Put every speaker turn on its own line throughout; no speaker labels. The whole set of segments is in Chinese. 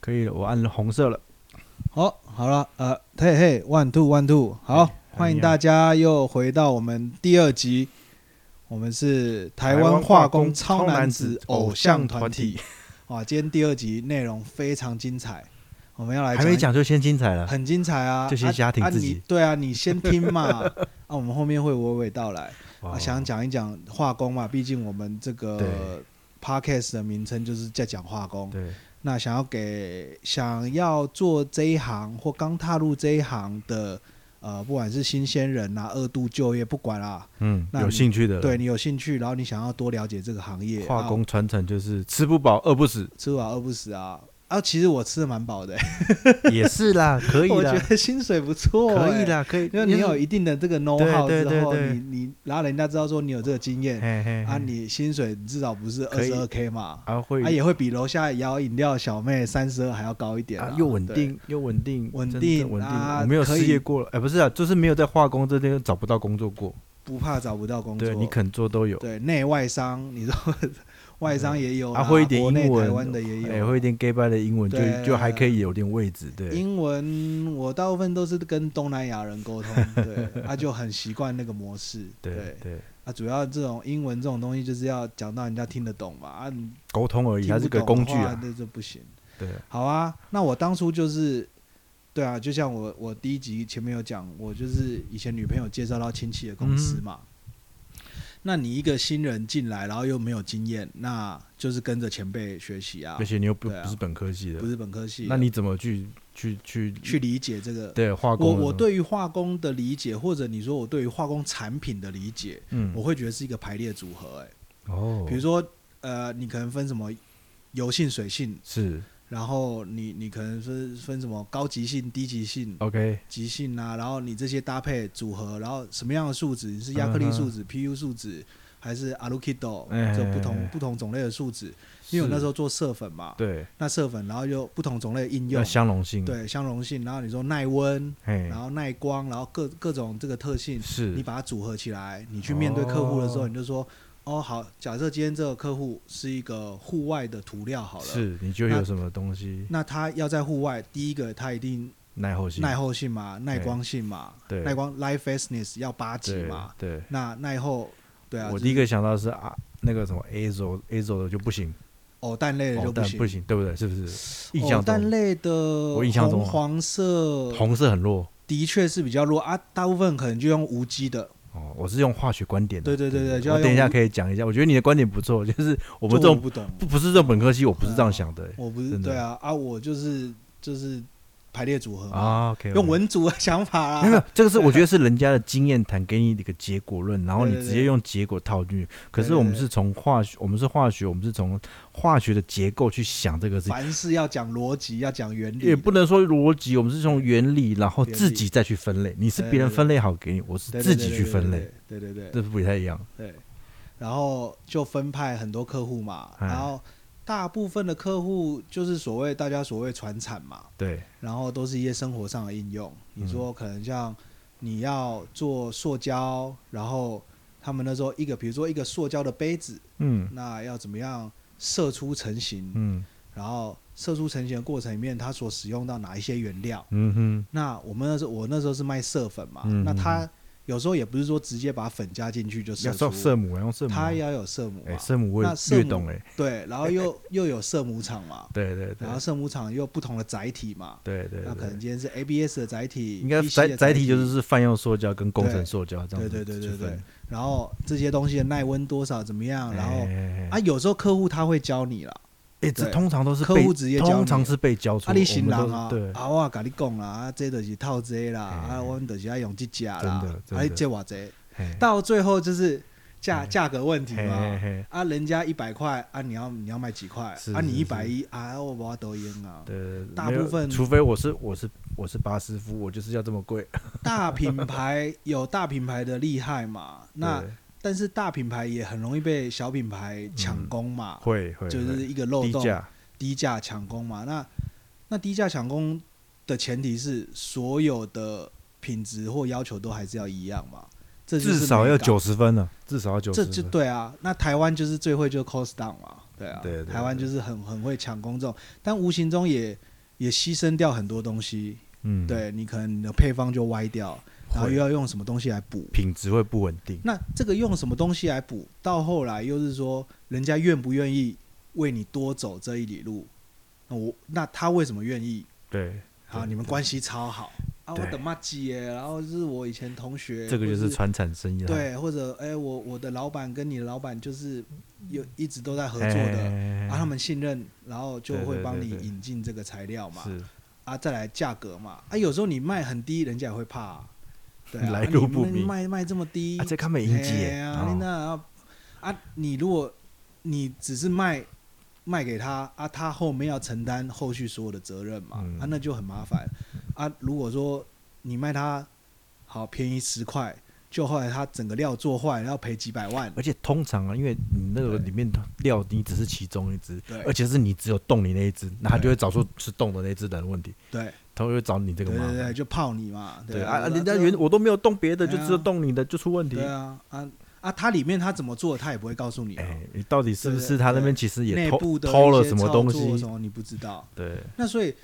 可以了，我按了红色了。
好，好了，呃，嘿嘿，one two one two，好，
哎
欢迎大家又回到我们第二集，我们是台湾化工超男子偶像团体。哇，今天第二集内容非常精彩，我们要来
还没讲就先精彩了，
很精彩啊，
就先家庭
啊
自
你
己
对啊，你先听嘛， 啊，我们后面会娓娓道来。
哇
啊，想讲一讲化工嘛，毕竟我们这
哦对
个 podcast 的名称就是在讲化工。
对
那想要给想要做这一行或刚踏入这一行的，呃，不管是新鲜人啊、二度就业，不管啦、
嗯，
那
有
你
兴趣的
对你有兴趣，然后你想要多了解这个行业，
化工
啊、
传承就是吃不饱饿不死，
吃不饱饿不死啊。啊，其实我吃的蛮饱的、
也是 啦， 可以
我觉
啦，
得薪水不错、
可以
的。
啦，可以，
因为你有
是
一定的这个 know
对
how
对
之
对
后，
对
你你然后人家知道说你有这个经验，
嘿嘿
啊，
嘿
你薪水至少不是二
可以
十二 k 嘛，
啊会
啊也会比楼下摇饮料小妹三十二还要高一点
啊
啦，
又稳
对
定又稳定
稳
真的
定
稳定
啊，
我没有
可
失
以
业过了，哎不是啊，就是没有在化工这边找不到工作过，
不怕找不到工作。
对你肯做都有，
对内外商，你说 外商也有啦，
啊会一点
国内
英文
台湾的也有，
哎会一点 gay bye 的英文就
对
就还可以有点位置，对，
英文我大部分都是跟东南亚人沟通， 对，他、就很习惯那个模式，
对对，
啊，主要这种英文这种东西就是要讲到人家听得懂嘛，啊，你
沟通而已，
听
它
不
是个
懂
工
的
具
话
啊，
那就不行。
对啊，
好啊，那我当初就是，对啊，就像我我第一集前面有讲，我就是以前女朋友介绍到亲戚的公
嗯
司嘛。那你一个新人进来，然后又没有经验，那就是跟着前辈学习啊
而，且你又不
对啊
不是本科系的
不，是本科系的，
那你怎么去去去
去理解这个？
对化
我
工的东
我
西
对于化工的理解，或者你说我对于化工产品的理解，
嗯
我会觉得是一个排列组合、欸。
哦，
比如说，呃，你可能分什么油性、水性，
是
然后你你可能是分什么高级性、低级性，
OK
极性啊，然后你这些搭配组合，然后什么样的树脂？你
嗯
是亚克力树脂、PU 树脂，还是 Alukido？
哎
就不同
哎哎
不同种类的树脂。因为我那时候做色粉嘛，
对
那色粉然后就不同种类的应
要
用，
相容性，
对相容性，然后你说耐温，
嘿
然后耐光，然后各各种这个特性，
是
你把它组合起来，你去面对客户的时候，
哦
你就说，哦好，假设今天这个客户是一个户外的涂料好了，
是你就
那
有什么东西
那他要在户外，第一个他一定
耐候性
耐候性嘛，耐光性嘛，
对
耐光 life fastness 要八级
对
嘛，
对，
那耐候，对啊，
我
就是
第一个想到是啊那个什么 azo azo 的就不行，
藕蛋类的就
哦
不
但
行，哦
不行，对不对？是不是？印象
藕蛋
中
类的
我印象中啊
红黄色
红色很弱
的确是比较弱啊，大部分可能就用无机的，
哦，我是用化学观点的，
对对对对就要
我等一下
用
可以讲一下，我觉得你的观点不错，就是我
我
们这种
不懂，
不不是这种本科系，我不是
啊
这样想的
我不是
真的
对啊啊，我就是就是排列组合嘛，
啊，OK，
用。文组的想法啊
没有，没有
啦，
这个是我觉得是人家的经验谈给你的一个结果论，然后你
对对
直接用结果套进去。可是我们是从化学，我们是化学，我们是从化学的结构去想这个事情，
凡事要讲逻辑，要讲原理
也，不能说逻辑，我们是从原理，然后
原理
自己再去分类。你是
对
别人
对对
分类好给你，我是
对
自己去分，类，
对对对对对对对。
这不太一样。
对，然后就分派很多客户嘛，
哎
然后大部分的客户就是所谓大家所谓传产嘛，
对，
然后都是一些生活上的应用。
嗯
你说可能像你要做塑胶，然后他们那时候一个比如说一个塑胶的杯子，
嗯
那要怎么样射出成型，
嗯
然后射出成型的过程里面，它所使用到哪一些原料？
嗯哼，
那我们那时候我那时候是卖色粉嘛，
嗯
那
嗯
它有时候也不是说直接把粉加进去就射
要
出
用，色母，要用色母。啊
它要有色母嘛，
哎，色母我也
那色母
略懂哎，
对，然后又又有色母厂嘛，
对对对
然后色母厂又有不同的载体嘛，
对对
那可能
对，
今天是 ABS 的载体，
应该
PC
载
的
载
载
体就是是泛用塑胶跟工程
对
塑胶这样子
对对对
去
对对
分，，
然后这些东西的耐温多少怎么样，然后
哎
啊有时候客户他会教你啦，
哎，这
对
通常都是
客
被
户直接教
通
你
常是被教出
啊
来，
你
我
新
们都
郎
是
啊
对，
啊我跟你讲啦，啊这就是套这啦，
哎
啊我们就是要用这家啦
真的，真的
啊
哎
你这我这，
嘿
到最后就是价价格问题
嘿嘿
嘛。
嘿，
啊，人家一百块啊，你要你要卖几块？
是
啊，你
是
一
是
百一啊，我把抖音啊，
对，
大
没有
部分
除非我是我是我是巴斯夫，我就是要这么贵。
大品牌有大品牌的厉害嘛，那
对
但是大品牌也很容易被小品牌抢攻嘛，
嗯会会
就是
会
一个漏
低
洞，
价，
低价抢攻嘛。那那低价抢攻的前提是所有的品质或要求都还是要一样嘛，这就是
至少要
美感
九，十分了，至少要九
这
十
就
分。
对啊。那台湾就是最会就 cost down 嘛，对啊，
对对
台湾
对
就是很很会抢攻这种，但无形中也也牺牲掉很多东西。
嗯，，
对你可能你的配方就歪掉，然后又
会
要用什么东西来补。
品质会不稳定。
那这个用什么东西来补，到后来又是说人家愿不愿意为你多走这一里路？那我那他为什么愿意？
对，
啊，
对
你们关系超好啊！我
对
的妈鸡耶，然后是我以前同学，
这个就
或
是传产生意了。
对，或者哎、我我的老板跟你的老板就是
嗯
有一直都在
合
合作的，
的
啊，他们信任，然后就
对
会
对
帮
对
你
对
引进这个材料嘛，
是
啊，再来价格嘛，啊，有时候你卖很低，人家也会怕、对、啊，
来
啊你
路不
们
明
卖卖这么低，
啊，这他们迎
哎
接
呀
哦
那啊啊，你如果你只是卖卖给他啊，他后面要承担后续所有的责任嘛，
嗯
啊，那就很麻烦啊。如果说你卖他好便宜十块，就后来他整个料做坏，然后赔几百 万，
而且通常啊，因为你那个
对
里面的料，你只是其中一只
对，
而且是你只有动你那一只，那他
对
就会找出是动的那一只人的问题，
对
他会找你这个
对
麻
对对，
烦。
就泡你嘛，
对
啊
啊，啊，人家
这
原我都没有动别的，
哎
就
呀
只有动你的，就出问题
对。啊啊啊，它里面它怎么做，他也不会告诉你、啊
哎，，你到底是不
对对
是他那边其实也
内
偷
部的
偷
一
了
些
什么
操
东
作什
西？
么你不知道，
对，
那所以，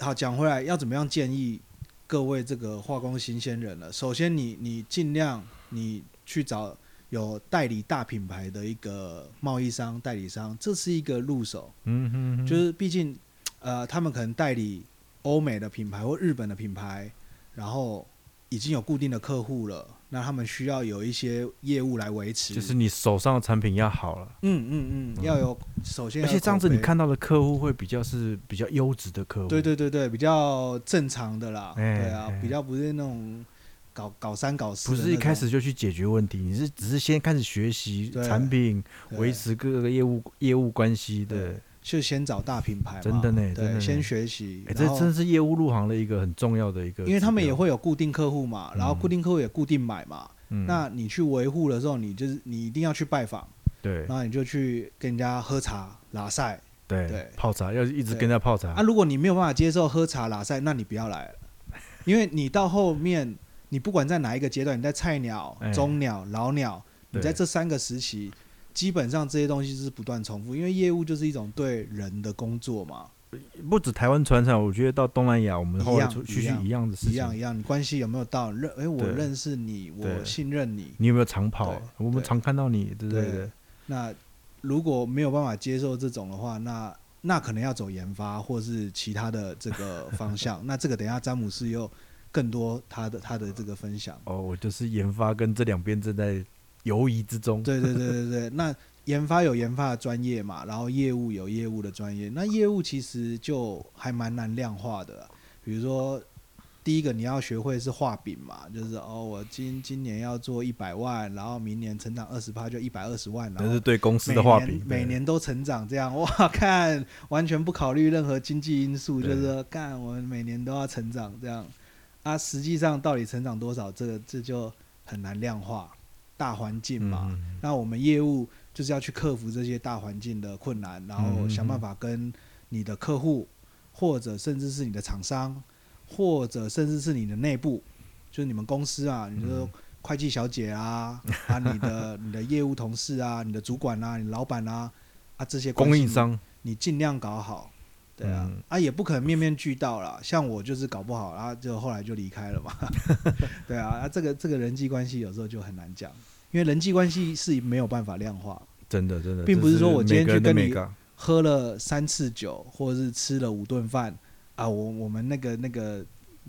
好讲回来，要怎么样建议各位这个化工新鲜人呢？首先你，你尽量你去找有代理大品牌的一个贸易商、代理商，这是一个入手，
嗯哼哼，
就是毕竟呃，他们可能代理欧美的品牌或日本的品牌，然后已经有固定的客户了，那他们需要有一些业务来维持，
就是你手上的产品要好了，
嗯嗯嗯，要有首先，
而且这样子你。看到的客户会比较是比较优质的客户。
对对对对，比较正常的啦，
哎
对啊
哎，
比较不是那种搞搞三搞四
不
的那种，
是一开始就去解决问题，你是只是先开始学习
对
产品，
对
维持各个业务业务关系的。
就先找大品牌嘛，
真的呢真的
对，
呢
先学习，
哎，这
然后
真是业务入行的一个很重要的一个指标，
因为他们也会有固定客户嘛，然后固
嗯
定客户也固定买嘛，
嗯，
那你去维护的时候，你就是你一定要去拜访，
对
然后你就去跟人家喝茶拉塞对
对泡茶要一直
对
跟他泡茶
啊，，如果你没有办法接受喝茶拉塞，那你不要来了，因为你到后面。你不管在哪一个阶段，你在菜鸟
哎、
中鸟、老鸟，你
对
在这三个时期，基本上这些东西是不断重复，因为业务就是一种对人的工作嘛，
不止台湾船厂，我觉得到东南亚，我们后来
一样
出去
一
去
样
一样的事
一样一
情。
样，你关系有没有到认？哎，我
对
认识你，
对
我信任你。
你有没有长跑
对？
我们
对
常看到你，对不
对
对？
那如果没有办法接受这种的话，那那可能要走研发或是其他的这个 方向。那这个等一下詹姆斯又更多他的他的这个分享。
哦，我就是研发跟这两边正在游移之中。
对对对对对，那研发有研发的专业嘛，然后业务有业务的专业，那业务其实就还蛮难量化的啊。比如说，第一个你要学会是画饼嘛，就是哦，我今今年要做一百万，然后明年成长二十趴就一百二十万，然
但
后
是对公司
每
的画
年
饼，
每
对
年都成长这样，哇，看完全不考虑任何经济因素，就
对
是说干我们每年都要成长这样啊，实际上到底成长多少，这个这就很难量化，大环境
嗯
嘛。
嗯
那我们业务就是要去克服这些大环境的困难，然
嗯
后想办法跟你的客户，或者甚至是你的厂商，或者甚至是你的内部，就是你们公司啊，你
嗯
说会计小姐啊，啊你 的你的业务同事啊，你的主管啊，你老板啊，啊这些关
供
系
应，商，
你尽量搞好。对啊，
嗯
啊也不可能面面俱到啦，像我就是搞不好，然、后就后来就离开 了嘛。对啊，啊这个这个人际关系有时候就很难讲，因为人际关系是没有办法量化。
真的真的，
并
这
不是说我今天
每个
去
人的
跟
每
你
个
喝了三次酒，或者是吃了五顿饭啊，我我们那个那个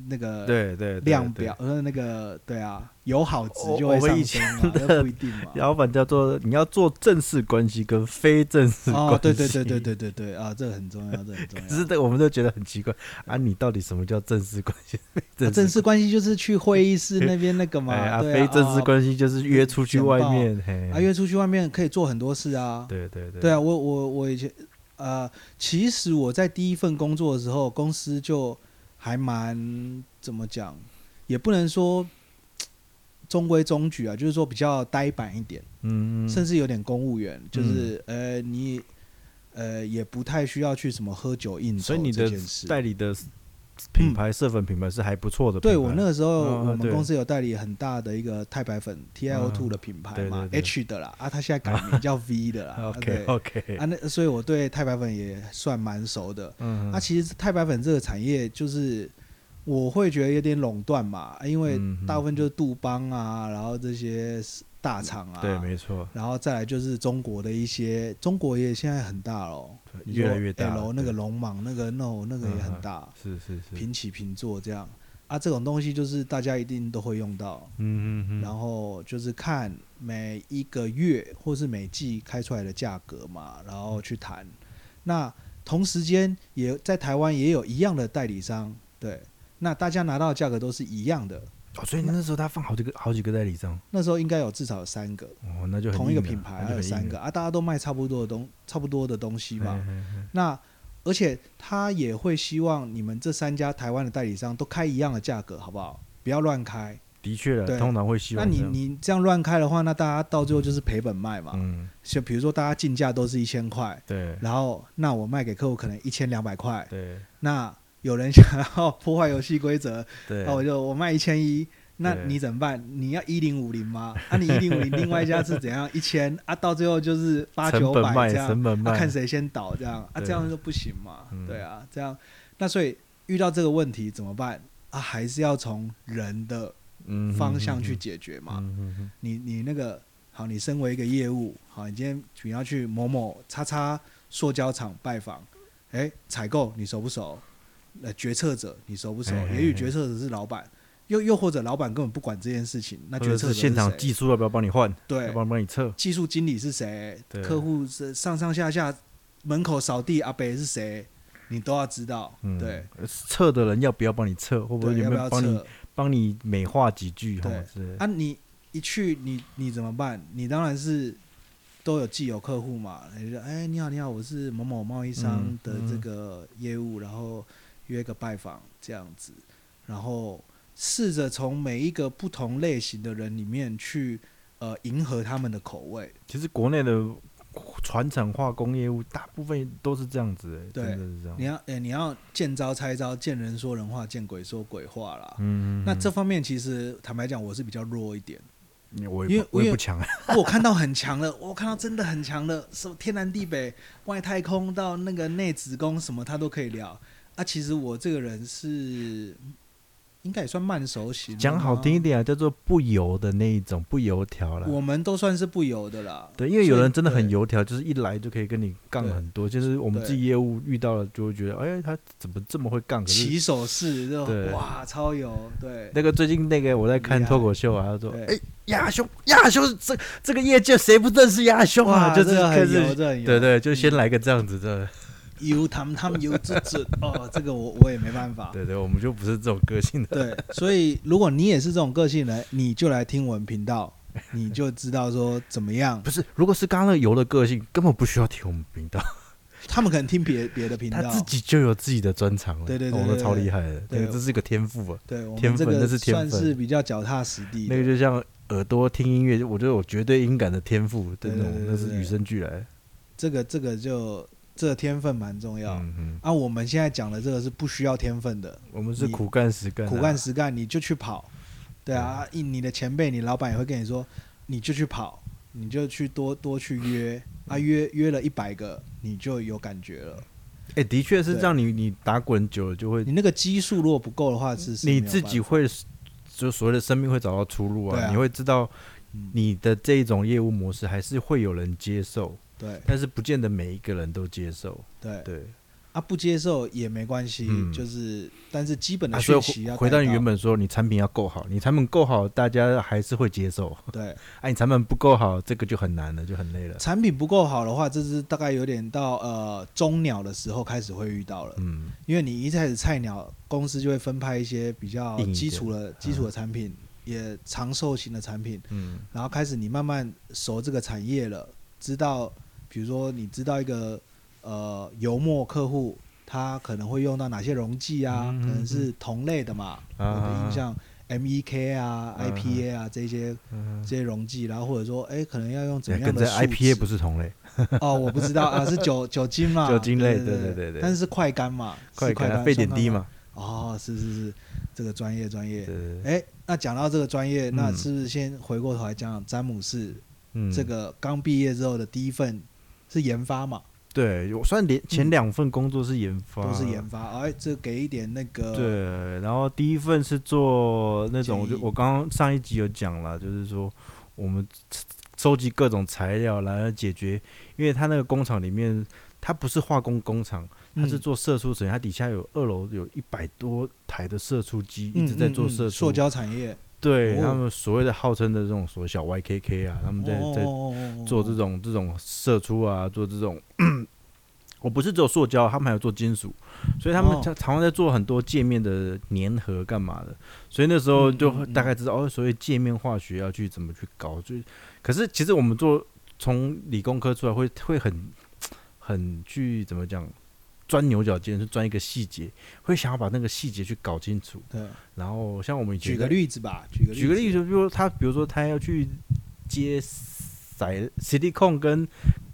那个
对对对
呃量
对
表呃那个对啊，友好值
我
就
我们
上
以
升嘛，那不一定 嘛。
老板叫做你要做正式关系跟非正式关系。
哦，对对对对。对对对啊，这个很重要，这个很重要。
只是这个我们都觉得很奇怪啊，你到底什么叫正式关系？
啊
非
正
正
式关系就是去会议室那边那个嘛
哎，啊，
对
非
啊，
正式
啊
关系就是约出去外面，嘿，
啊，约出去外面可以做很多事啊。
对对对
对啊，我我我以前呃，其实我在第一份工作的时候，公司就还蛮怎么讲，也不能说中规中矩啊，就是说比较呆板一点，
嗯，嗯嗯
甚至有点公务员，就是、呃你呃也不太需要去什么喝酒应酬
所以你
这
的
件事。嗯
代理的品牌色粉品牌是还不错的品牌。
对我那个时候，
嗯
我们
对嗯
公司有代理很大的一个钛白粉 TiO 2的品牌嘛、
对对对
h 的啦，啊，它现在改 名叫 V 的啦。啊
OK
对
OK，
啊，那所以我对钛白粉也算蛮熟的。
嗯
啊，其实钛白粉这个产业就是我会觉得有点垄断嘛，啊因为
嗯哼
大部分就是杜邦啊，然后这些大厂啊，
对，没错，
然后再来就是中国的一些，中国也现在很大咯，
对越来越大
L 那个
对嗯
龙蟒，那个 No 那个也很大，
是是是，
平起平坐这样啊，这种东西就是大家一定都会用到，
嗯嗯嗯，
然后就是看每一个月或是每季开出来的价格嘛，然后去谈。那同时间也在台湾也有一样的代理商，对，那大家拿到的价格都是一样的。
哦，所以那时候他放好几个好几个代理商，
那时候应该有至少有三个，
哦，那就很
同一个
硬了
品牌
那
还
就
有
很
三
硬
个
了
啊，大家都卖差不多的东差不多的东西嘛。
嘿嘿嘿
那而且他也会希望你们这三家台湾的代理商都开一样的价格，好不好？不要乱开。
的确了，
对
通常会希
那
望这
你
样。
你这样乱开的话，那大家到最后就是赔本卖嘛。
嗯，
就比如说大家进价都是一千块，
对
然后那我卖给客户可能一千两百块，
对
那有人想要破坏游戏规则，
对，
那我就我卖一千一，那
对
你怎么办？你要一零五零吗？啊，你一零五零，另外一家是怎 样一千啊？到最后就是八
成
九
本
百
卖
这样
成，本
啊、
卖，
看谁先倒这样啊，
对
这样就不行嘛
嗯，
对啊，这样那所以遇到这个问题怎么办？啊，还是要从人的
嗯
方向去解决嘛。
嗯嗯嗯
你你那个好，你身为一个业务，好，你今天你要去某某叉叉塑胶厂拜访，哎，采购你熟不熟？呃，决策者你熟不熟？
嘿嘿嘿
也许决策者是老板，又又或者老板根本不管这件事情，那
或
决
者
策
是
者
现场
谁
技术要不要帮你换，要
对
不要帮你测，
技术经理是谁？
对
客户是上上下下门口扫地阿北是谁？你都要知道，
嗯，
对，
呃，测的人要不要帮你测，会不会有
对，要
没
不
有
要
帮你
测？
帮你美化几句哈
对
之类的？
啊，你一去你你怎么办？你当然是都有既有客户嘛，你就哎你好你好，我是某某贸易商
嗯
的这个业务，然后约个拜访这样子，然后试着从每一个不同类型的人里面去呃迎合他们的口味，
其实国内的传产化工业务大部分都是这样子，哎
对
真的是这样
你。要哎、你要见招拆招，见人说人话，见鬼说鬼话啦。
嗯，嗯
那这
嗯
方面其实坦白讲，我是比较弱一点。
你我
因
也
为
不我也
因为
不强啊，
我看到很强的，我看到真的很强的，什么天南地北、外太空到那个内子宫什么，他都可以聊。啊，其实我这个人是应该也算慢熟型，
讲好听一，点啊，叫做不油的那一种，不油条啦。
我们都算是不油的啦。
对，因为有
所以
人真的很
对
油条，就是一来就可以跟你杠
对
很多。就是我们
对
自己业务遇到了，就会觉得，哎，他怎么这么会杠？可是
起手式就
对
哇，超油，对
那个最近那个我在看
厉害
脱口秀啊，他说，
对
哎，亚兄，亚兄，这这个业界谁不认识亚兄啊？
哇，
就
这
是
个
开
很油，
始，
这个很油，
对对，就先来个这样子的。
油汤汤油滋滋，哦，这个我我也没办法。
对对，我们就不是这种个性的。
对，所以如果你也是这种个性人，你就来听我们频道，你就知道说怎么 样
不。是，如果是刚刚那个油的个性，根本不需要听我们频道，
他们可能听别别的频
他
道
自，己就有自己的专长了。
对对对
哦
对
那
对
超
对
厉害的，
对
那个这是一个天赋啊。
对我
天
们这
分
个
那是天
算
分
是比较脚踏实地的。
那个就像耳朵听音乐，我觉得我绝对音感的天赋，
对
真的，
对对
那是
对
与生俱来。
这个这个就这个天分蛮重要。
嗯嗯，
啊，我们现在讲的这个是不需要天分的，
我们是
你
苦干实干啊，
苦干实干，你就去跑。对啊，一你的前辈、你老板也会跟你说，你就去跑，你就去多多去约啊，约约了一百个，你就有感觉了。
哎，的确是
对
这样。你你打滚久了就会
你，那个基数如果不够的话，是是
你
没有
自
办
己
法
会就所谓的生命会找到出路
对
啊，
啊
你会知道
嗯
你的这一种业务模式还是会有人接受，
对
但是不见得每一个人都接受。
对
对，
啊，不接受也没关系，
嗯
就是但是基本
啊
的
所以
讯息要
回回到
带
你原
到
本说，你产品要够好，你产品够好，大家还是会接受。
对。
哎，你产品不够好，这个就很难了，就很累了。
产品不够好的话，这是大概有点到呃中鸟的时候开始会遇到了，
嗯，
因为你一开始菜鸟，公司就会分派一些比较
硬一点
基础的基础的产品，也长寿型的产品，
嗯，
然后开始你慢慢熟这个产业了，知道比如说你知道一个呃油墨客户。他可能会用到哪些溶剂啊？
嗯嗯嗯
可能是同类的嘛。
啊
我的印象，MEK 啊、
嗯嗯
IPA 啊这些
嗯
这些溶剂，然后或者说，哎，可能要用怎么样
跟
的
这
树
IPA
脂
不是同类，
哦，我不知道啊，是酒酒精嘛，
酒精类
对
对对对对
但是是快干嘛，是
快
快啊
看
干
沸点低。
算
嘛，
干嘛哦，哦，是是是，这个专业专业。
对，
哎，那讲到这个专业，
嗯
那是不是先回过头来讲讲詹姆士
嗯，
这个刚毕业之后的第一份是研发嘛？
对，我算连前
嗯
两份工作是研发，
都是研发，哎，这给一点那个
对，然后第一份是做那种，
建
就
议
我刚刚上一集有讲了，就是说我们收集各种材料来解决，因为它那个工厂里面，它不是化工工厂，它是
嗯
做射出程序，它底下有二楼有一百多台的射出机，一直
嗯
在
嗯
做
嗯
射出，
塑胶产业，
对、
哦
他们所谓的号称的这种所谓小 YKK 啊，他们在
哦
在
在
做这种这种射出啊，做这种， 我不是只有塑胶，他们还有做金属，所以他们
哦
常常在做很多界面的粘合干嘛的，所以那时候
嗯
就
嗯嗯
大概知道、哦，所以界面化学要去怎么去搞，就可是其实我们做从理工科出来会会很很去怎么讲。钻牛角尖，去钻一个细节，会想要把那个细节去搞清楚。
对，
然后像我们以前
举
在
个例子吧，举个
举个例
子，
子，比如说他，比如说他要去接塞 silicon 跟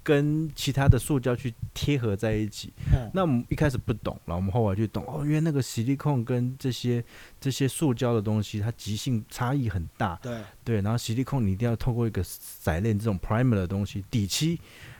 跟其他的塑胶去贴合在一起。
嗯
那我们一开始不懂，然后我们后来就懂哦，因为那个 silicon 跟这些这些塑胶的东西，它极性差异很大。
对，
对，然后 silicon 你一定要透过一个塞链这种 primer 的东西底漆，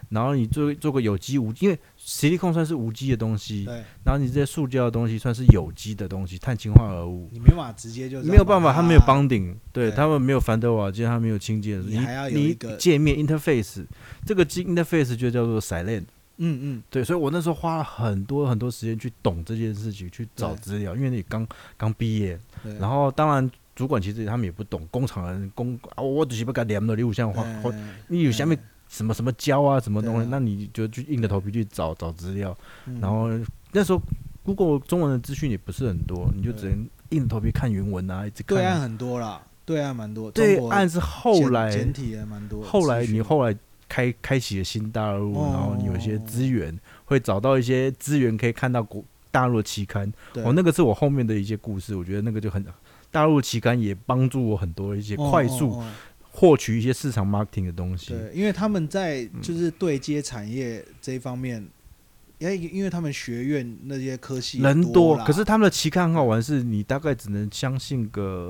然后你做做个有机无，因为 silicon 算是无机的东西，
对
然后你这些塑胶的东西算是有机的东西，碳氢化合物。
你没办法直接就这样啊
没有办法，
把它
他没有，帮顶，对
对
他们没有凡德瓦接，他没有清洁，
你还要有一
你
个
界面 interface 这个 interface 就叫做 silent，
嗯
对，所以我那时候花了很多很多时间去懂这件事情，去找
对
资料，因为你刚刚毕业，
嗯，对
然后当然主管其实他们也不懂工厂的人工啊，我只是不敢连了，你有像话，或
嗯
你有下面什么什么胶啊，什么东
对
西
啊，
那你就去硬着头皮去找找资料，
嗯
然后那时候 Google 中文的资讯也不是很多，你就只能硬着头皮看原文啊，一直看
对
啊。
岸很多啦，对岸蛮多，中
对
国
岸是后
简
来，
简体也蛮多，
后来
资讯
你后来开开启了新大陆，
哦
然后你有一些资源，会找到一些资源可以看到国大陆的期刊。
对
哦，那个是我后面的一些故事，我觉得那个就很大陆期刊也帮助我很多一些
哦
快
哦
速
哦
获取一些市场 marketing 的东西。
对，因为他们在
嗯
就是对接产业这一方面，因为因为他们学院那些科系
人
多啦，
可是他们的期刊很好玩，是你大概只能相信 个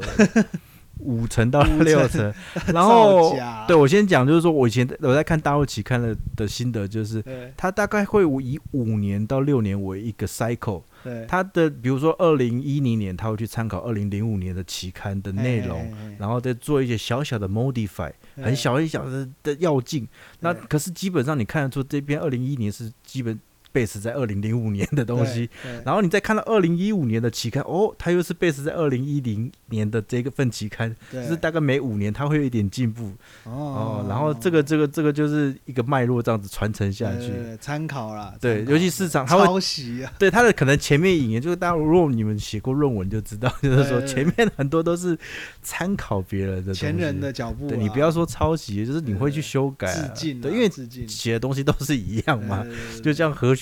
五成到六成，然后
造假
对我先讲，就是说我以前我在看大陆期刊的的心得，就是
对
它大概会以五年到六年为一个 cycle。
对
它的比如说二零一零年，它会去参考二零零五年的期刊的内
哎
容，然后再做一些小小的 modify，很小很小的的要进。那
哎
可是基本上你看得出这篇二零一零是基本 base 在二零零五年的东西，，
然
然后你再看到二零一五年的期刊，哦，它又是 base 在二零一零年的这个份期刊，就是大概每五年它会有一点进步哦
哦。
然后这个这个这个就是一个脉络这样子传承下去。
对对对参考啦，
对
参考
尤其市场它会
抄袭 啊，
对它的可能前面引言就是，大家如果你们写过论文就知道， 就是说
对对
前面很多都是参考别人的东西
前人的脚步啦，
对你不要说抄袭，就是你会去修改啊、
致敬啊，
对，因为
致敬
写的东西都是一样嘛，，
对对对
就像和弦，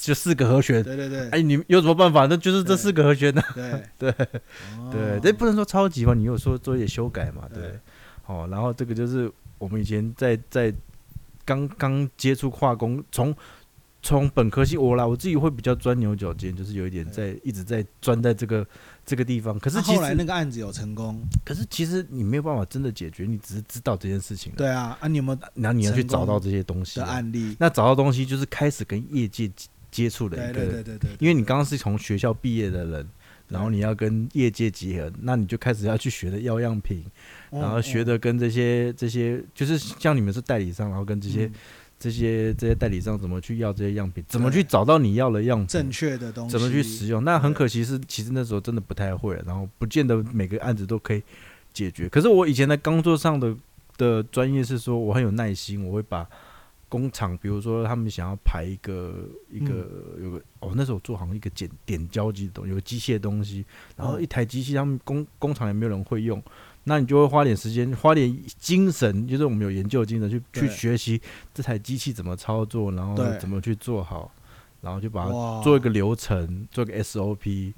就四个和弦，
对对对
哎，你有什么办法？那就是这
对
四个和弦呢、
对
对
哦
对，这不能说超级嘛，你有说做一些修改嘛，
对
对。哦，然后这个就是我们以前在在刚刚接触化工，从从本科系我啦，我自己会比较钻牛角尖，就是有一点在一直在钻在这个这个地方。可
可
是其
后来
实，
那个案子有成功，
可是其实你没有办法真的解决，你只是知道这件事情，，
对啊啊，你有没有
然后你要去
成功啊
找到这些东西
的，案例？
啊那找到东西就是开始跟业界接接触的
对
一个
对对对对，
因为你刚刚是从学校毕业的人，然后你要跟业界结合，那你就开始要去学的要样品，
嗯
然后学的跟这些这些，就是像你们是代理商，然后跟这些、
嗯
这些这些代理商怎么去要这些样品，怎么
对
去找到你要的样
正
品，
确的东西，
怎么去使用。那很
对
可惜是，其实那时候真的不太会，然后不见得每个案子都可以解决。可是我以前在工作上的的专业是说，我很有耐心，我会把。工厂，比如说他们想要排一个一个、
嗯
有个哦，那时候做好像一个剪点胶机的东西，有个机械的东西，然后
哦
一台机器，他们工工厂也没有人会用，那你就会花点时间，花点精神，就是我们有研究精神去
对
去学习这台机器怎么操作，然后
对
怎么去做好，然后就把它
哇
做一个流程，做一个 SOP，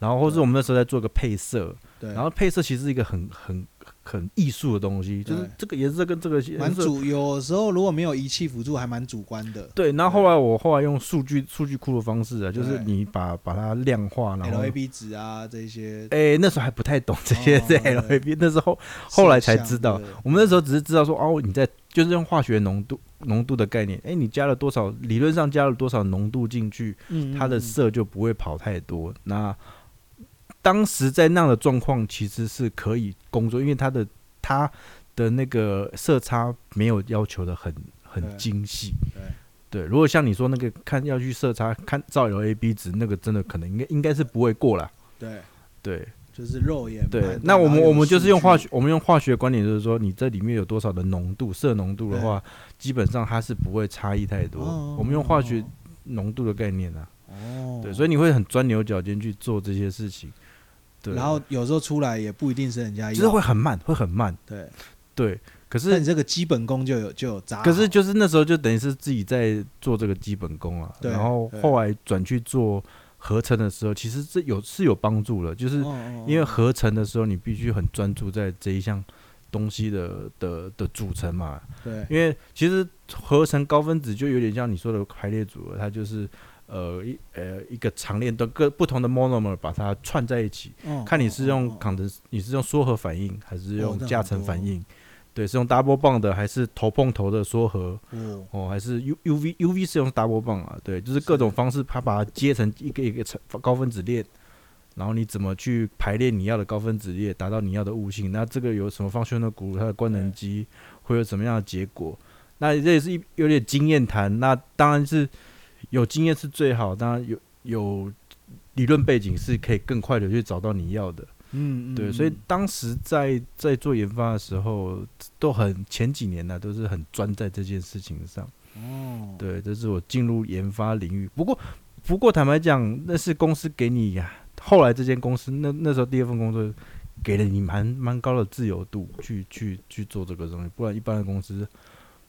然后或是
对
我们那时候在做一个配色，
对，
然后配色其实是一个很很很艺术的东西，就是
对
这个颜色跟这个颜
蛮
色。
主，有时候如果没有仪器辅助，还蛮主观的。
对，然后后来我后来用数据数据库的方式啊，就是
对
你把把它量化，然后
LAB 值啊这些，
哎、那时候还不太懂这些
哦
是
对
LAB，那时候后来才知道
摄像的
我们那时候只是知道说哦，你在就是用化学浓度浓度的概念，哎、你加了多少，理论上加了多少浓度进去，
嗯嗯
它的
嗯
色就不会跑太多。那当时在那样的状况其实是可以工作，因为它的它的那个色差没有要求的很很
对
精细。
对
对，如果像你说那个看要去色差看照 LAB 值，那个真的可能应该应该是不会过啦。
对，
对，
就是肉眼判
对
断，
那我
然
们
后有
我们就是用
数据
化学，我们用化学观点，就是说你这里面有多少的浓度，色浓度的话，基本上它是不会差异太多。
哦
我们用化学浓度的概念啊，
哦，
对，所以你会很钻牛角尖去做这些事情，对，
然后有时候出来也不一定是人家
就是
要，
会很慢，会很慢，
对，
对。可
但啊
是
你这个基本功就有就有扎好，
可是就是那时候就等于是自己在做这个基本功啊，
对
然后
对
后来转去做合成的时候，其实这有是有帮助了，就是
哦哦
因为
哦
合成的时候，你必须很专注在这一项东西的的的组成嘛。
对
因为其实合成高分子就有点像你说的排列组合，它就是呃一呃一个长链的各不同的 monomer 把它串在一起，
哦
看你是用
哦哦
condens 你是用缩合反应还是
哦
用
这很
加成反应？对，是用 double bond 的还是头碰头的缩合？
哦
哦，还是 U U V U V 是用 double bond 啊，对，就是各种方式，它把它接成一个一个成高分子链，然后你怎么去排列你要的高分子列，达到你要的悟性？那这个有什么 functional group 它的官能基会有什么样的结果？那这也是一有点经验谈，那当然是有经验是最好，当然有有理论背景是可以更快的去找到你要的。
嗯嗯
对，
嗯
所以当时在在做研发的时候，都很前几年呢、都是很专在这件事情上。
哦
对，这是我进入研发领域。不过，不过坦白讲，那是公司给你呀、后来这间公司，那那时候第二份工作给了你蛮蛮高的自由度去去去做这个东西，不然一般的公司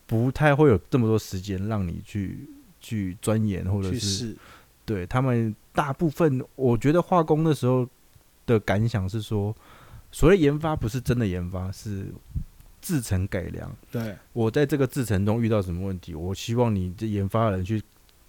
不太会有这么多时间让你去去钻研或者
去
是
试
对他们大部分，我觉得化工的时候的感想是说，所谓研发不是真的研发，是制成改良。
对
我在这个制程中遇到什么问题，我希望你这研发人去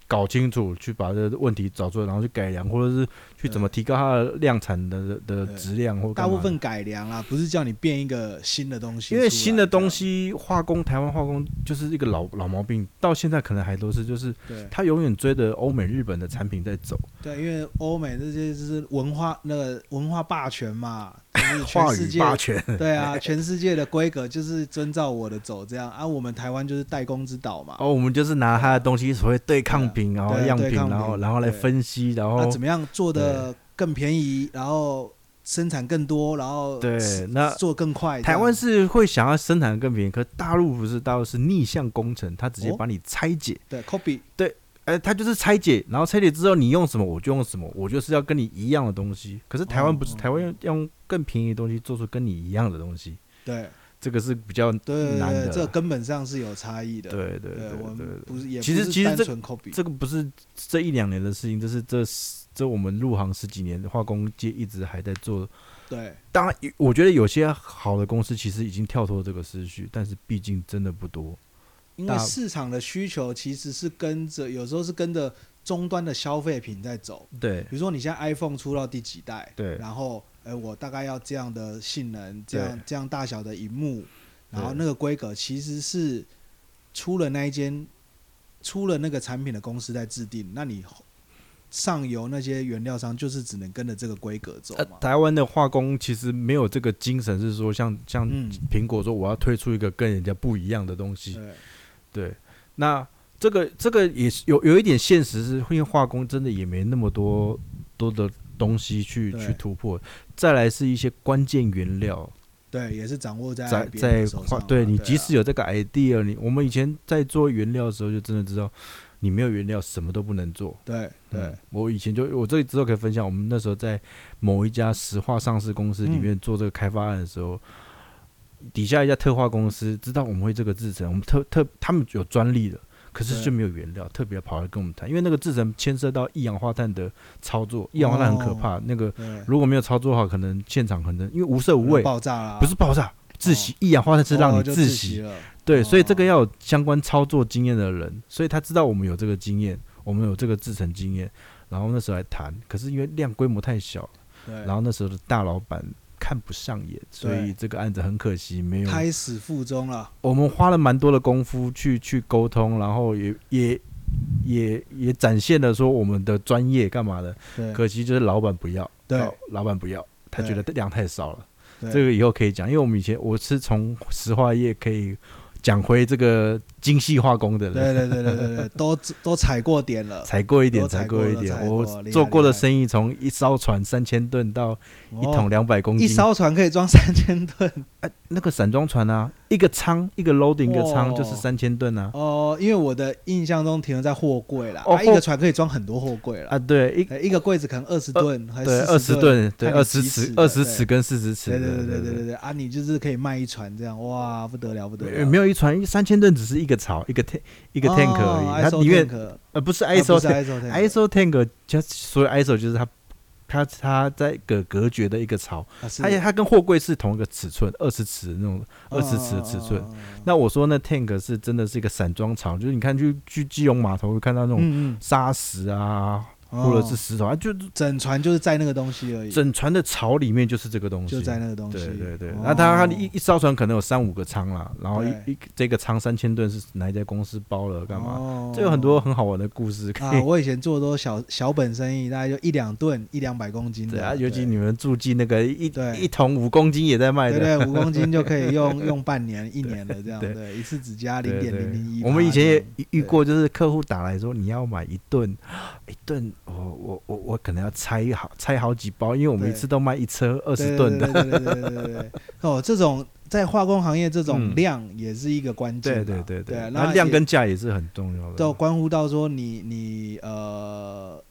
搞清楚，去把这个问题找出来，然后去改良，或者是去怎么提高它的量产的的
对
质量或干
大
嘛的
部分改良啦，不是叫你变一个新的东西出
因
来，
为新的东西，化工台湾化工就是一个老老毛病，到现在可能还都是，就是
对啊
它永远追着欧美日本的产品在走。
对，因为欧美这些就是文化那个文化霸 权嘛，就是全
话
世
语
界
霸权，
对啊，全世界的规格就是遵照我的走这样啊，我们台湾就是代工之岛嘛，
哦，我们就是拿它的东西所谓对抗品，然后
对啊
样
对
品，
抗
然后
品
然后来
对
分析，然
那
后
怎么样做的更便宜，然后生产更多，然后
对
是
那
做更哎快这
台
样。
湾是会想要生产得更便宜，可大陆不是，大陆是逆向工程，它直接
哦
把你拆解，
对 copy
哎、它就是拆解，然后拆解之后你用什么我就用什么，我就是要跟你一样的东西。可是台湾不是，
哦
台湾要要用更便宜的东西做出跟你一样的东西，
对
这个是比较
对对
难
对
的
对，。这根本上是有差异的。
对对对
我
对
们
对，
不是也
其实
不
其
是
实
单
这
纯 copy，
这个不是这一两年的事情，这是这这我们入行十几年，化工界一直还在做
对
当然，我觉得有些好的公司其实已经跳脱这个思绪，但是毕竟真的不多。
因
大
为市场的需求其实是跟着，有时候是跟着终端的消费品在走。
对
比如说你现在 iPhone 出到第几代，
对
然后呃，我大概要这样的性能，这
对
样这样大小的荧幕，然后
对
那个规格其实是出了那一间出了那个产品的公司在制定，那你后上游那些原料商就是只能跟着这个规格走
呃，
嘛。
台湾的化工其实没有这个精神，是说像像
嗯，
苹果说我要推出一个跟人家不一样的东西。
对
对，那这个这个也是有有一点现实是，因为化工真的也没那么多多的东西去
对
去突破。再来是一些关键原料，
对，也是掌握在
在
别人
在
的手上
化
嘛。
对你
啊
即使有这个 idea，你我们以前在做原料的时候就真的知道，你没有原料什么都不能做。
对对
嗯，我以前就我这里之后可以分享，我们那时候在某一家石化上市公司里
嗯
面做这个开发案的时候，底下一家特化公司知道我们会这个制成，我们特特他们有专利的，可是
对
就没有原料，特别跑来跟我们谈，因为那个制成牵涉到一氧化碳的操作，一氧化
哦
碳很可怕，那个
对，哦
如果没有操作好，可能现场可能因为无色无味，
爆炸啦，啊
不是爆炸，自习一氧化碳是让你
哦哦就
自
习
习，
了。
对，所以这个
哦
要有相关操作经验的人，所以他知道我们有这个经验，我们有这个制成经验，然后那时候来谈，可是因为量规模太小，
对，
然后那时候的大老板看不上眼，所以
对
这个案子很可惜没有。
胎死腹中了。
我们花了蛮多的功夫去去沟通，然后也也也也展现了说我们的专业干嘛的，
对，
可惜就是老板不要，
对
老老板不要，他觉
对
得量太少了。
对
这个以后可以讲，因为我们以前我是从石化业可以讲回这个精细化工的人，
对对对对对对，都都踩过点 了，
踩过一点，
都踩
过
过
一
都
点
踩。
我
过厉
做
害
过
厉
的
害
生意从一艘船三千吨到一桶
哦
两百公斤，哎
一艘船可以装三千吨
那个散装船啊，一个仓一个 loading 一个仓就是
哦
三千吨啊。
哦，因为我的印象中停留在货柜啦，
哦
啊，一
货
个船可以装很多货柜啦
啊，，对，一
哎一个柜子可能二十吨还
对
是
二十，吨，对二
看你
十
几尺
尺，
的
二十
对
尺跟四十尺
对
的，
对
对
对对对对对啊，你就是可以卖一船这样，哇，不得了不得
对，
了，哦
没有一船三千吨只是一个槽，一个 tank 一
一
个 tank 而已，它里面呃不是 ISO tank-
ISO
ISO tank
tank
它所有 ISO 就是它它它在隔隔绝的一个槽，
啊是
而且它跟货柜是同一个尺寸，二十尺那种二十
嗯
尺的尺
嗯嗯
寸
嗯。嗯
那我说那 tank 是真的是一个散装槽，就是你看去去基隆码头会看到那种
嗯
沙石啊，
嗯，
或者是
哦
石头啊，就
整船就是在那个东西而已，
整船的槽里面就是这个东西，
就在那个东西，
对对对，
哦
那它它一一艘船可能有三五个仓啦，然后一
对
一这个仓三千吨是哪一家公司包了干嘛？
哦
这有很多很好玩的故事可
啊，
以。
我以前做都小小本生意，大概就一两吨、一两百公斤
对
的
啊，尤其
嗯对
你们住进那个一
对
一桶五公斤也在卖
对
的。
对，五公斤就可以用用半年、一年的这样，
对
对，一次只加零
对
点零零一。
对，我们以前也遇遇过，就是客户打来说你要买一吨，一吨，我我我我可能要拆好拆好几包，因为我们一
对
次都卖一车二
二
十吨的。
对对对对对对对。哦，这种在化工行业，这种
嗯
量也是一个关键
对
嘛。
对对
对啊，
那
那
量
也
跟价也是很重要
都
的。
关乎到说你你呃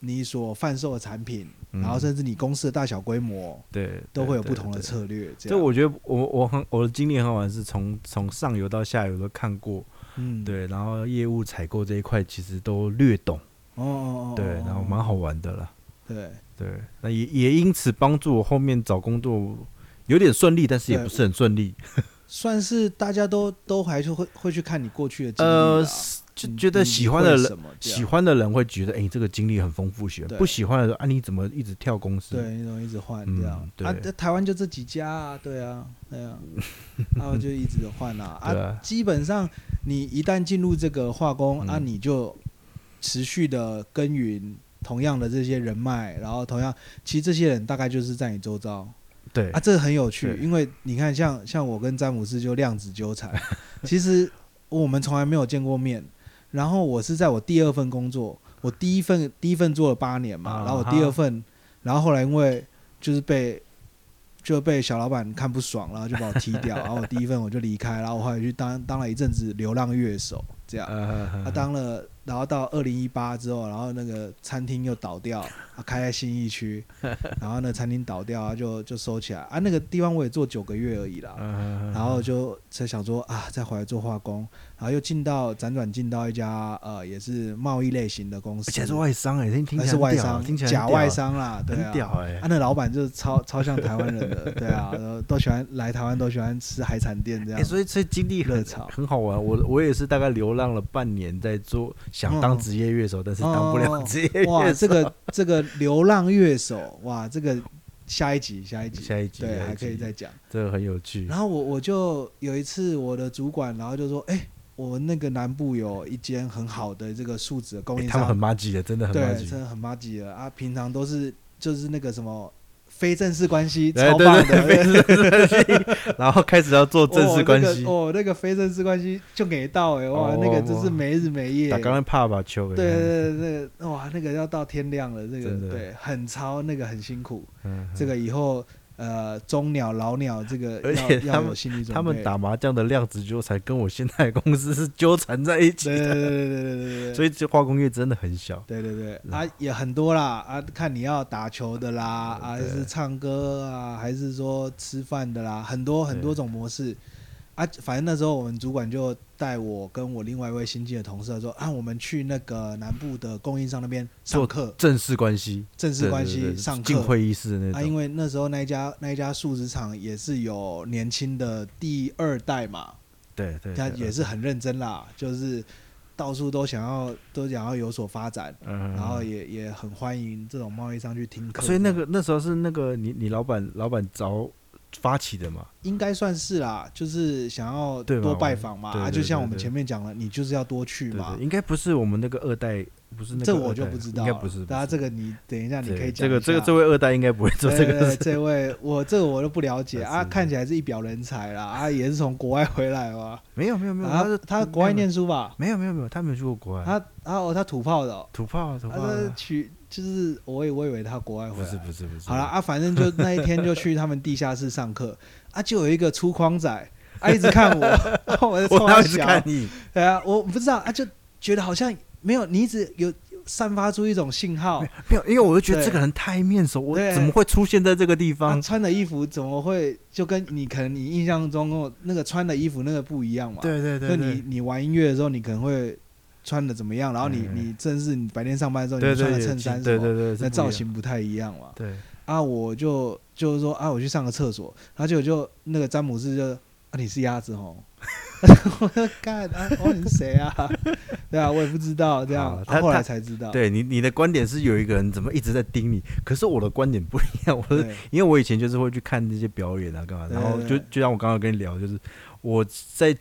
你所贩售的产品，
嗯
然后甚至你公司的大小规模，
对，
都会有
对
不同的啊
对
策略。这
这
样
我觉得我我很我的经历很好玩，是从从上游到下游都看过，
嗯，
对，然后业务采购这一块其实都略懂，
哦哦哦，
对，然后蛮
好，
好玩的啦，
对。
对，那也也因此帮助我后面找工作有点顺利，但是也
对
不是很顺利，
算是大家都都还是会会去看你过去的经历
呃
啦，
就
你
觉得
你
喜欢的
会
人
什么这样
喜欢的人会觉得，哎，你这个经历很丰富学，
对
不喜欢的人啊，你怎么一直跳公司？
对，你怎么一直换
嗯
这样？
对
啊，这台湾就这几家啊，对啊，对啊，然后就一直换啊
对
啊
啊。
基本上你一旦进入这个化工啊，
嗯
你就持续的耕耘同样的这些人脉，然后同样，其实这些人大概就是在你周遭
对
啊，，这个很有趣，
对
因为你看像，像我跟詹姆斯就量子 纠缠，其实我们从来没有见过面。然后我是在我第二份工作，我第一份第一份做了八年嘛，
啊
然后我第二份，然后后来因为就是被就被小老板看不爽，然后就把我踢掉，然后我第一份我就离开，然后我后来去当当了一阵子流浪乐手，这样。
呃
他、啊当了，然后到二零一八之后，然后那个餐厅又倒掉，啊、开在新 义区，然后那餐厅倒掉啊，就就收起来啊。那个地方我也做九个月而已啦，
呃
然后就才想说啊，再回来做化工，然后又进到辗转进到一家呃也是贸易类型的公
而
司，
且是外商哎，听听起
还
来
是
很
外
屌
商，
听起来很
假
屌
外商啦，对
很
啊。
屌哎
啊，。那老板就是超超像台湾人的，对啊，然后都喜欢来台湾，都喜欢吃海产店这
哎、
样。
所以所以经历
啊热
很
潮
很好玩。我我也是大概流浪了半年，在做想
嗯
当职业乐手，但是当不
哦
了职业乐手。
哇，这个这个流浪乐手， 哇，这个下一集下一集
下一集下
对
一
还可以
集
再讲。
这个很有趣
然后我我就有一次我的主管，然后就说，哎、我那个南部有一间很好的这个树脂的供
欸
应
他
商，
们很麻吉的，真的很麻
对，
吉。
真的很垃圾了啊，平常都是就是那个什么非正式关系，
哎
超
对
棒的。
对非正式关系，然后开始要做正式关系。
哦，那个哦那个非正式关系就给到哎、哇，
哦
那个真是没日没夜。
打刚刚怕把球给
对对对，对那个哇，那个要到天亮了，这
真
个
的
对很超，那个很辛苦。
嗯
这个以后呃中鸟老鸟这个
而
要
且他
要
们
有心理准备。
他们打麻将的量子纠缠跟我现在的公司是纠缠在一起
对对
的，
对对对对对对，
所
以
以嗯这化工业真的很小。
对对对啊也很多啦啊，看你要打球的啦啊，还
对
是唱歌啊，还是说吃饭的啦，很多很多种模式。啊，反正那时候我们主管就带我跟我另外一位新进的同事他说啊，我们去那个南部的供应商那边上课，
正式关系，
正式关
对对
系
对
上
进
课。
会议室的那
啊，
种，
因为那时候那一家那一家树脂厂也是有年轻的第二代嘛，
对对，
他
对
也是，很认真啦，就是到处都想要都想要有所发展，
嗯，
然后也也很欢迎这种贸易商去听课。
所以那个那时候是那个你你老板老板找发起的嘛，
应该算是啦，就是想要
对嘛
多拜访嘛，
我对
啊，
对
就像
对
我们
对
前面讲了，你就是要多去
对
嘛
对，。应该不是我们那个二代，不是那个
这
二代，
我就不知道
应
了，
该不是，
大家
不是
这个你等一下你
对
可以
这
讲一下。
个这个这位二代应该不会做
对
这
对
个
对，
事，
这位我这个我都不 了解
是
啊，
是
看起来是一表人才啦，啊，也是从国外回来嘛，
没有没有没有，
啊
他是，
他国外念书吧，
没有没有没有，他没有去过国外，
他啊哦，他土炮的哦，
土炮啊土
他
炮
是
啊，
去就是我以我以为他国外回
不
来
是，不是不是，
好了，啊，反正就那一天就去他们地下室上课，啊，就有一个粗框仔，啊，一直看我，啊我 在
我
冲
哪
他
有去
笑
看，你？
对啊，我不知道啊，就觉得好像没有，你一直有散发出一种信号，
没有，因为我就觉得
对
这个人太面熟，我
哦对
怎么会出现在这个地
啊
方？
穿的衣服怎么会就跟你可能你印象中跟我那个穿的衣服那个不一样嘛？，
对对
就
对，
你
对
你玩音乐的时候，你可能会穿的怎么样，然后你
嗯
你正式你白天上班的时候，
对
你
对
穿的
有
衬
机
衫什
对
么，
对对，是
那
不
造
一样
型不太一样嘛。
对，
啊，我就就是说啊，我去上个厕所，然后结果就那个詹姆斯就啊，你是鸭子哦。 我说干啊，我说你是谁啊？ 对啊，我也不知道，这样
好
啊
他
后来
他
才知道。
对你你的观点是有一个人怎么一直在盯你，可是我的观点不一样，我是
对，
因为我以前就是会去看那些表演啊，干嘛，
对
然后
对
就
对
就像我刚刚跟你聊，就是我在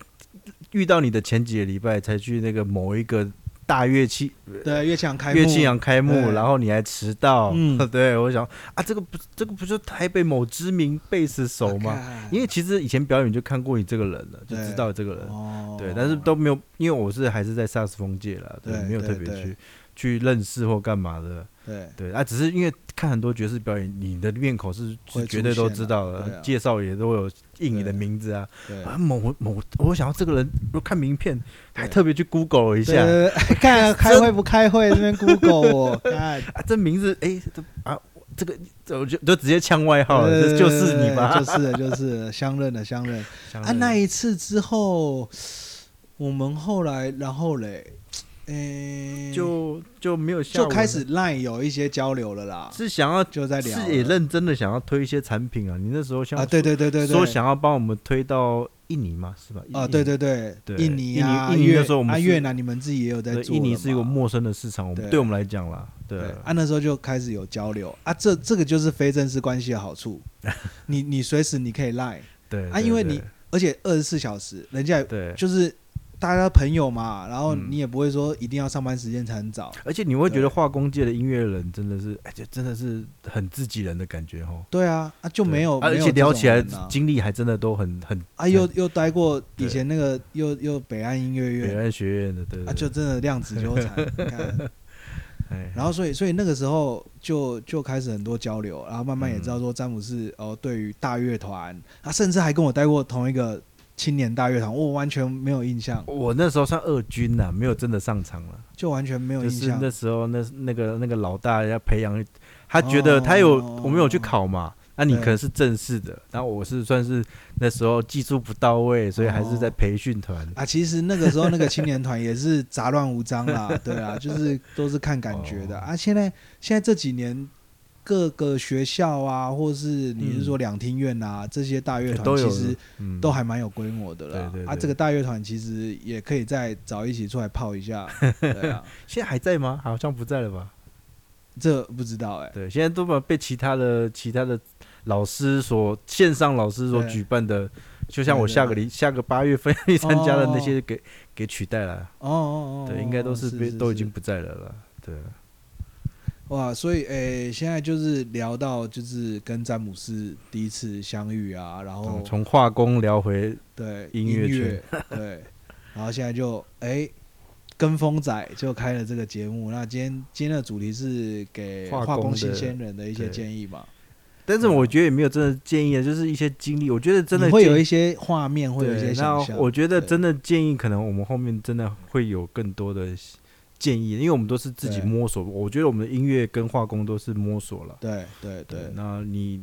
遇到你的前几个礼拜才去那个某一个大乐器
对，越强开幕
乐器行开幕，
对
然后你还迟到，
嗯
对我想啊，这个不这个不就台北某知名贝斯手吗？
啊干
因为其实以前表演就看过你这个人了，就
对
知道这个人，
哦，
对，但是都没有，因为我是还是在萨克斯风界了，对，
对
没有特
对
别
对
去去认识或干嘛的，
对
对啊，只是因为看很多爵士表演，你的面孔是
会
是绝对都知道
出现啊对
的，
啊
介绍也都有印你的名字啊，
对
啊某某，我想要这个人，我看名片还特别去 Google 了一
对
下，
对对看开会不开会，这边 Google 我 看，
啊，这名字哎，这啊，这个这我就就直接呛外号了，
对
这就是你吧？
对对对呃就是就是相认了相认
像
啊！那一次之后，我们后来然后嘞，嗯，
就就没有下
就
文
开
了
始 Line 有一些交流了啦，
是想要
就在聊了，
是也认真的想要推一些产品啊，你那时候像
啊，对对对对对，
说想要帮我们推到印尼嘛，是吧？印
啊，
尼
对对对，
对
印尼啊，
印尼印尼
越
那时候我们
啊
是
越南你们自己也有在
对，
做了嘛，
印尼是一个陌生的市场，我们
对
对我们来讲啦，对
对啊，那时候就开始有交流啊，这这个就是非正式关系的 好处，你你随时你可以赖，
对
啊因为你而且二十四小时，人家也
对，对
就是大家朋友嘛，然后
嗯
你也不会说一定要上班时间才能找，
而且你会觉
对
得化工界的音乐人真的是，哎，这真的是很自己人的感觉哦。
对啊，啊就
就
没有，
而
没有
且聊
这种
起来
人啊
经历还真的都很很
啊又又待过以
对
前那个又又北岸音乐
北
院。
安学院的，对
啊，就
对
真的量子纠缠， 你看
哎
然后所以所以那个时候就就开始很多交流，然后慢慢也
嗯
知道说詹姆斯哦，对于大乐团，他甚至还跟我待过同一个青年大乐团，我完全没有印象，
我那时候算二军呐，没有真的上场了。
就完全没有
就
印
是
象。
那时候那那个那个老大要培养，他觉得他有、我们有去考嘛，那、你
哦对
可能是正式的，然后我是算是那时候技术不到位，所以还是在
哦
培训团。哎
啊，其实那个时候那个青年团也是杂乱无章 啦，对啊，就是都是看感觉的
哦
啊。现在现在这几年各个学校啊，或是你是说两厅院啊、这些大乐团，
嗯都
其
有
实
嗯，
都还蛮有规模的啦。
对对
啊，
对
这个大乐团其实也可以再找一起出来泡 一下，对啊，
现在还在吗？好像不在了吧？
这不知道哎、
对，现在都把被其他的其他的老师所线上老师所
对
举办的，就像我
对对
下个
对
礼下个八月份 要去参加的那
哦
些给、给取代了。
哦哦哦，
对，应该都
是
是被
是
都已
是
经不在了啦。对，啊
哇，所以诶、现在就是聊到就是跟詹姆斯第一次相遇啊，然后
嗯从化工聊回
对
音
乐
乐
对，然后现在就诶、跟风仔就开了这个节目。那今天今天的主题是给
化
化
工
工
的
新鲜人的一些
对
建议嘛，
但是我觉得也没有真的建议啊，就是一些经历，我觉得真的
啊你会有
建
一
议
些画面，会有一
对
些
那
想象。
我觉得
对
真的建议，可能我们后面真的会有更多的建议，因为我们都是自己
对
摸索。我觉得我们的音乐跟化工都是摸索了。
对对对
那你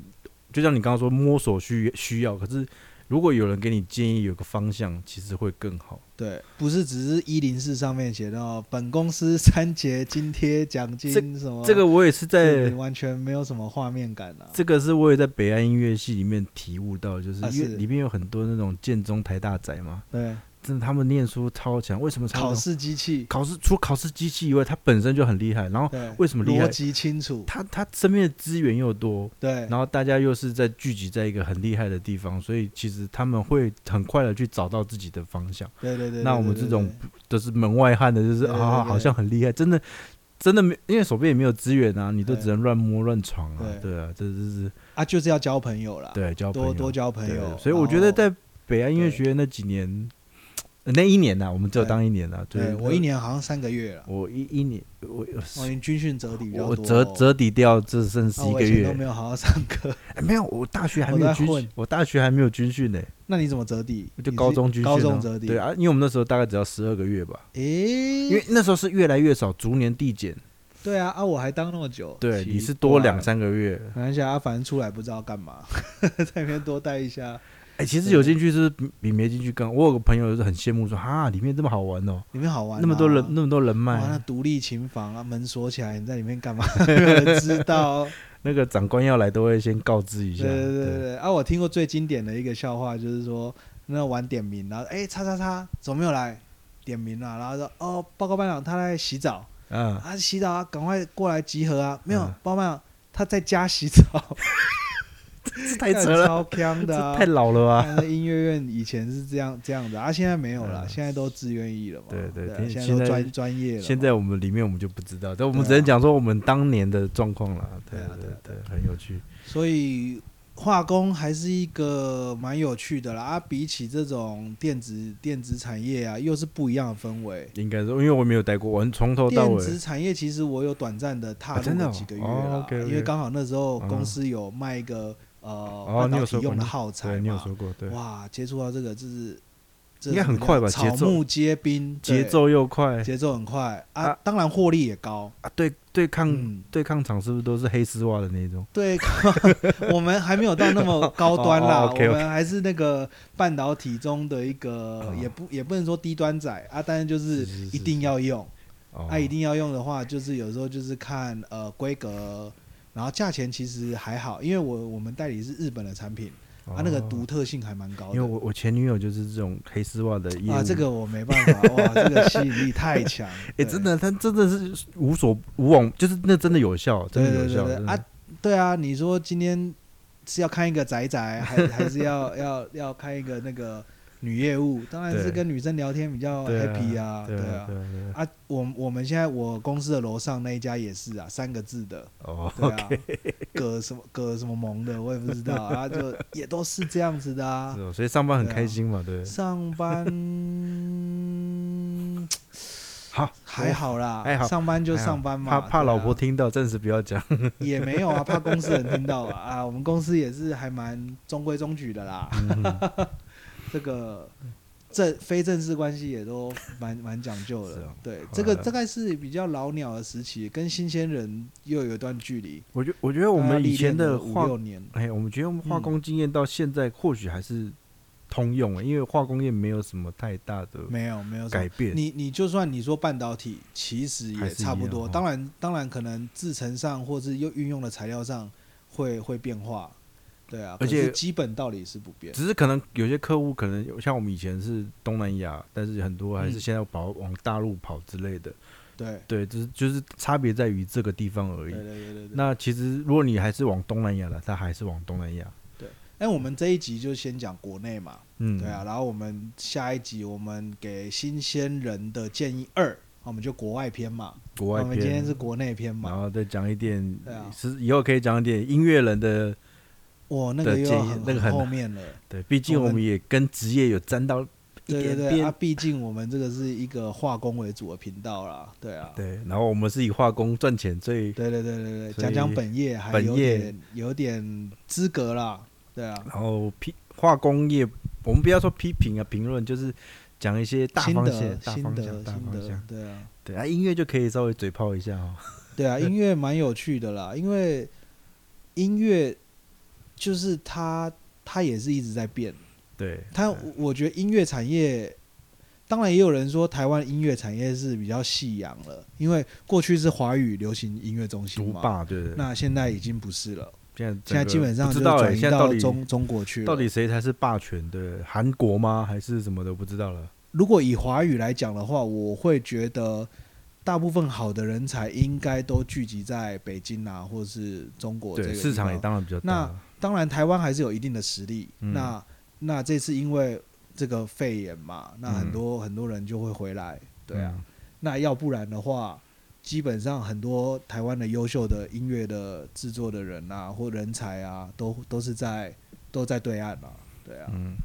就像你刚刚说，摸索需需要，可是如果有人给你建议，有个方向，其实会更好。
对，不是只是一零四上面写的哦，本公司三节津贴奖金什么，
这个我也是在
哦是完全没有什么画面感啊。
这个是我也在北岸音乐系里面体悟到，就是
啊
因为
是
里面有很多那种建中台大仔嘛，
对，
真的他们念书超强，为什么超强
考试机器，
考试除了考试机器以外，他本身就很厉害，然后
对，
为什么厉害
逻辑清楚，
他他身边的资源又多，
对，
然后大家又是在聚集在一个很厉害的地方，所以其实他们会很快的去找到自己的方向。
对对对。
那
对
我们这
对
种
对
都是门外汉的，就是
对对
啊，
对
好像很厉害，真的真的没，因为手边也没有资源啊，你都
对
只能乱摸乱闯啊，
对
对啊，这就是
啊，就是要交朋友啦，，
对交朋
多
友，啊
多交朋
对
友。哦
所以我觉得
然后
在北安音乐学院那几年，呃那一年呐，我们只有
对
当一年呐，
对我一，年好像三个月了，
我一一年，我
我因为军训折抵比较
我
多
折
哦
折抵掉，只剩十
啊
一
我
个
以前都
月
没。有好好上课。
哎没有，我大学还没
我
有
在
军
混
训，我大学还没有军训呢，
那你怎么折抵？
就
你
高
是
中军训啊。
高中折抵。
对，啊，因为我们那时候大概只要十二个月吧，
诶，
因为那时候是越来越少，逐年递减。
对啊，啊，我还当那么久，
对，
奇
你是多
怪
两，三个月。
没关系啊，反正出来不知道干嘛， 在那边多待一下。
哎，其实
对
有进去是比比没进去更。我有个朋友就是很羡慕说，哈，里面这么好玩哦，
里面好玩啊、
那么多人，那么多人
哇，那
脉，
独立琴房啊，门锁起来，你在里面干嘛？ 没有人知道。
那个长官要来都会先告知一
对
下。
对对对对。啊，我听过最经典的一个笑话，就是说那晚点名，然后哎，叉叉叉，怎么没有来？点名了、然后说哦，报告班长，他在洗澡，
嗯，
啊，洗澡啊，赶快过来集合啊！没有
嗯，
报告班长，他在家洗澡，
这 太扯
干
了，
超坑的、啊，
这太老了吧？
但是音乐院以前是这样这样的，啊，现在没有了，
嗯
现在都自愿意了嘛。
对对
对啊，
听
现在
现
都
在
专专业了嘛。
现在我们里面我们就不知道，但我们
对啊
只能讲说我们当年的状况啦。对
对啊
对
对啊
对，很有趣。
所以化工还是一个蛮有趣的啦。啊，比起这种电子电子产业啊，又是不一样的氛围。
应该说，因为我没有待过，我从头到
电
尾
子产业其实我有短暂的踏
啊真
入
的
了
哦
几个月
哦
啦，
，OK，OK
因为刚好那时候
嗯
公司有卖一个呃
哦
半
你
导
有
体
说过
用的耗
对
材
你有
嘛，
说过，对，
哇，接触到这个就是这
应该很
怎么
快
样
吧节
草
奏
木皆兵，对
节奏又快
节奏很快啊
啊，
当然获利也高。
啊！对对抗
嗯，
对抗场是不是都是黑丝袜的那种？
对， 我们还没有到那么高端啦，
哦哦，OK，OK
我们还是那个半导体中的一个，也不也不能说低端仔啊，但是就是
哦是是是
一定要用，
哦
啊，一定要用的话，就是有时候就是看呃规格，然后价钱其实还好，因为我我们代理是日本的产品，
哦
啊，那个独特性还蛮高
因为
的。
我我前女友就是这种黑丝袜的业务
啊，这个我没办法，哇，这个吸引力太 强，
哎，
对
真的，她真的是无所无往，就是那真的有效，真
对
的
对
有
对
效
对
真的
啊，对啊，你说今天是要看一个宅宅，还还是要要要看一个那个女业务？当然是
对
跟女生聊天比较
对
happy 啊，
对
啊。
对对，
啊，我我们现在我公司的楼上那一家也是啊，三个字的，
哦
对啊， 葛什么葛什么萌的，我也不知道， 啊，就也都是这样子的啊
是。哦，所以上班很
对啊
开心嘛，对，
上 班
好
还好啦，
还好
上班就
还好
上班嘛，
怕怕
对
老
啊
婆听到，暂时不要 讲。
也没有啊，怕公司人 听到啊。啊，我们公司也是还蛮中规中矩的啦。
嗯
这个正非正式关系也都蛮蛮讲究的。
是哦
对
好，
这个
的
大概是比较老鸟的时期，跟新鲜人又有一段距离。
我觉我觉得我
大概
们以
历练
前的
了五
化
六年，
哎，我们觉得我们化工经验到现在或许还是通用、欸，因为化工业没有什么太大的
没有没有什么
改变。
你你就算你说半导体，其实
还
也
是
差不
一样
多。
哦
当然，当然可能制成上或是又运用的材料上会会变化，对啊。
而且
可是基本道理是不变。
只是可能有些客户可能有像我们以前是东南亚，但是很多还是
嗯
现在跑往大陆跑之类的。
对
对，就是就是差别在于这个地方而
对
已。
对对对对。
那其实如果你还是往东南亚的，它还是往东南亚。
哎，我们这一集就先讲国内嘛，
嗯，
对啊，，然后我们下一集我们给新鲜人的建议二，哦我们就国外篇嘛，哦
国
啊我
外
们今天是
片，
国内篇
然
嘛，
后再讲一点
对啊，
是以后可以讲一点音乐人的。
哇，那个
的
又
建
要
议
很
那个
很
很
后面了，
对，毕竟
我
我
们
们也跟职业有沾到一
对对
点
对，
边
啊，毕竟我们这个是一个化工为主的频道啦，对啊，
对，然后我们是以化工赚钱，所以
对对对对对，
所以
讲讲本业还
本
有
业
点有点资格啦，对啊，
然后批化工业，我们不要说批评啊，评论就是讲一些大
心
方向
得、
大
心
方
得、
向、大
心
方
得
向，。
对啊。
对啊，音乐就可以稍微嘴炮一下哦。
对啊，音乐蛮有趣的啦，因为音乐就是它，它也是一直在变，
对，
他
嗯
我觉得音乐产业，当然也有人说台湾音乐产业是比较夕阳了，因为过去是华语流行音乐中心
独
嘛，
霸，对对。对
那现在已经不是了，
现在
现
整
在
个
基本上
不
就
知道
转
哎，
移
现在到底
中中国去了。
到底谁才是霸权的？韩国吗？还是什么的？不知道了。
如果以华语来讲的话，我会觉得大部分好的人才应该都聚集在北京啊，或者是中国这个
对，
地
市场也
方
当然比较大。
那当然，台湾还是有一定的实力。
嗯
那那这次因为这个肺炎嘛，那很多、很多人就会回来，对啊。
嗯
那要不然的话，基本上很多台湾的优秀的音乐的制作的人啊，或人才啊，都都是在都在对岸啊，对 啊。
嗯，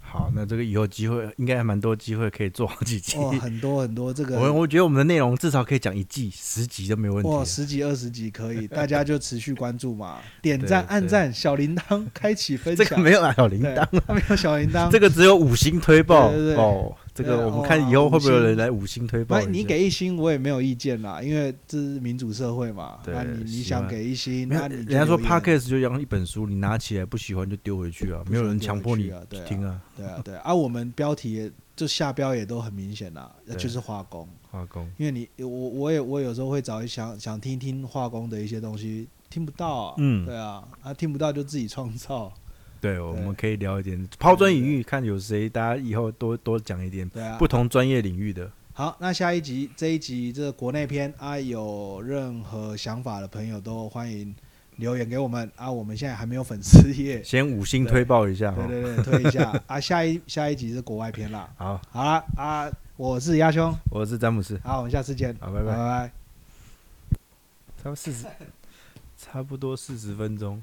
好，那这个以后机会应该还蛮多机会可以做好几集。
哦，很多很多这 个
我我觉得我们的内容至少可以讲一季十集都没问题
哇，
了。
哦十几二十集 可以，大家就持续关注嘛，点
对
赞、
对
按赞、小铃铛开启分
这
享。
个没有啊，小铃
对
铛，
没有小铃铛，
这个只有五星推爆
对对对
哦。这
对
个
啊
我们
哦
看以后会不会有
五星
人来五星推爆
那
一下？
你给一星，我也没有意见啦，因为这是民主社会嘛。
对
那你你
喜欢
想给一星，
没有，
那你
人
就
家说
留言
podcast 就像一本书，你拿起来不喜欢就丢回去啊，
不
没有
喜欢
人
丢
强
回
迫
去
你
啊对啊
听啊。
对啊对啊，啊我们标题也就下标也都很明显啦，那
对
就是化工。
化工，
因为你我我也我有时候会找一想想听听化工的一些东西，听不到啊。
嗯
对啊，啊听不到就自己创造。
对，我们可以聊一点抛砖引玉，看有谁大家以后多多讲一点
对啊
不，同专业领域的。
好，那下一集这一集这个国内篇啊，有任何想法的朋友都欢迎留言给我们啊。我们现在还没有粉丝页，
先五星推爆一下哈
对。对对，推 一下啊。下一下一集是国外篇啦。
好，
好啦啊，我是鸭兄，
我是詹姆斯，
好，我们下次见，
好，拜
拜
拜。
拜。
差不多四十，差不多四十分钟。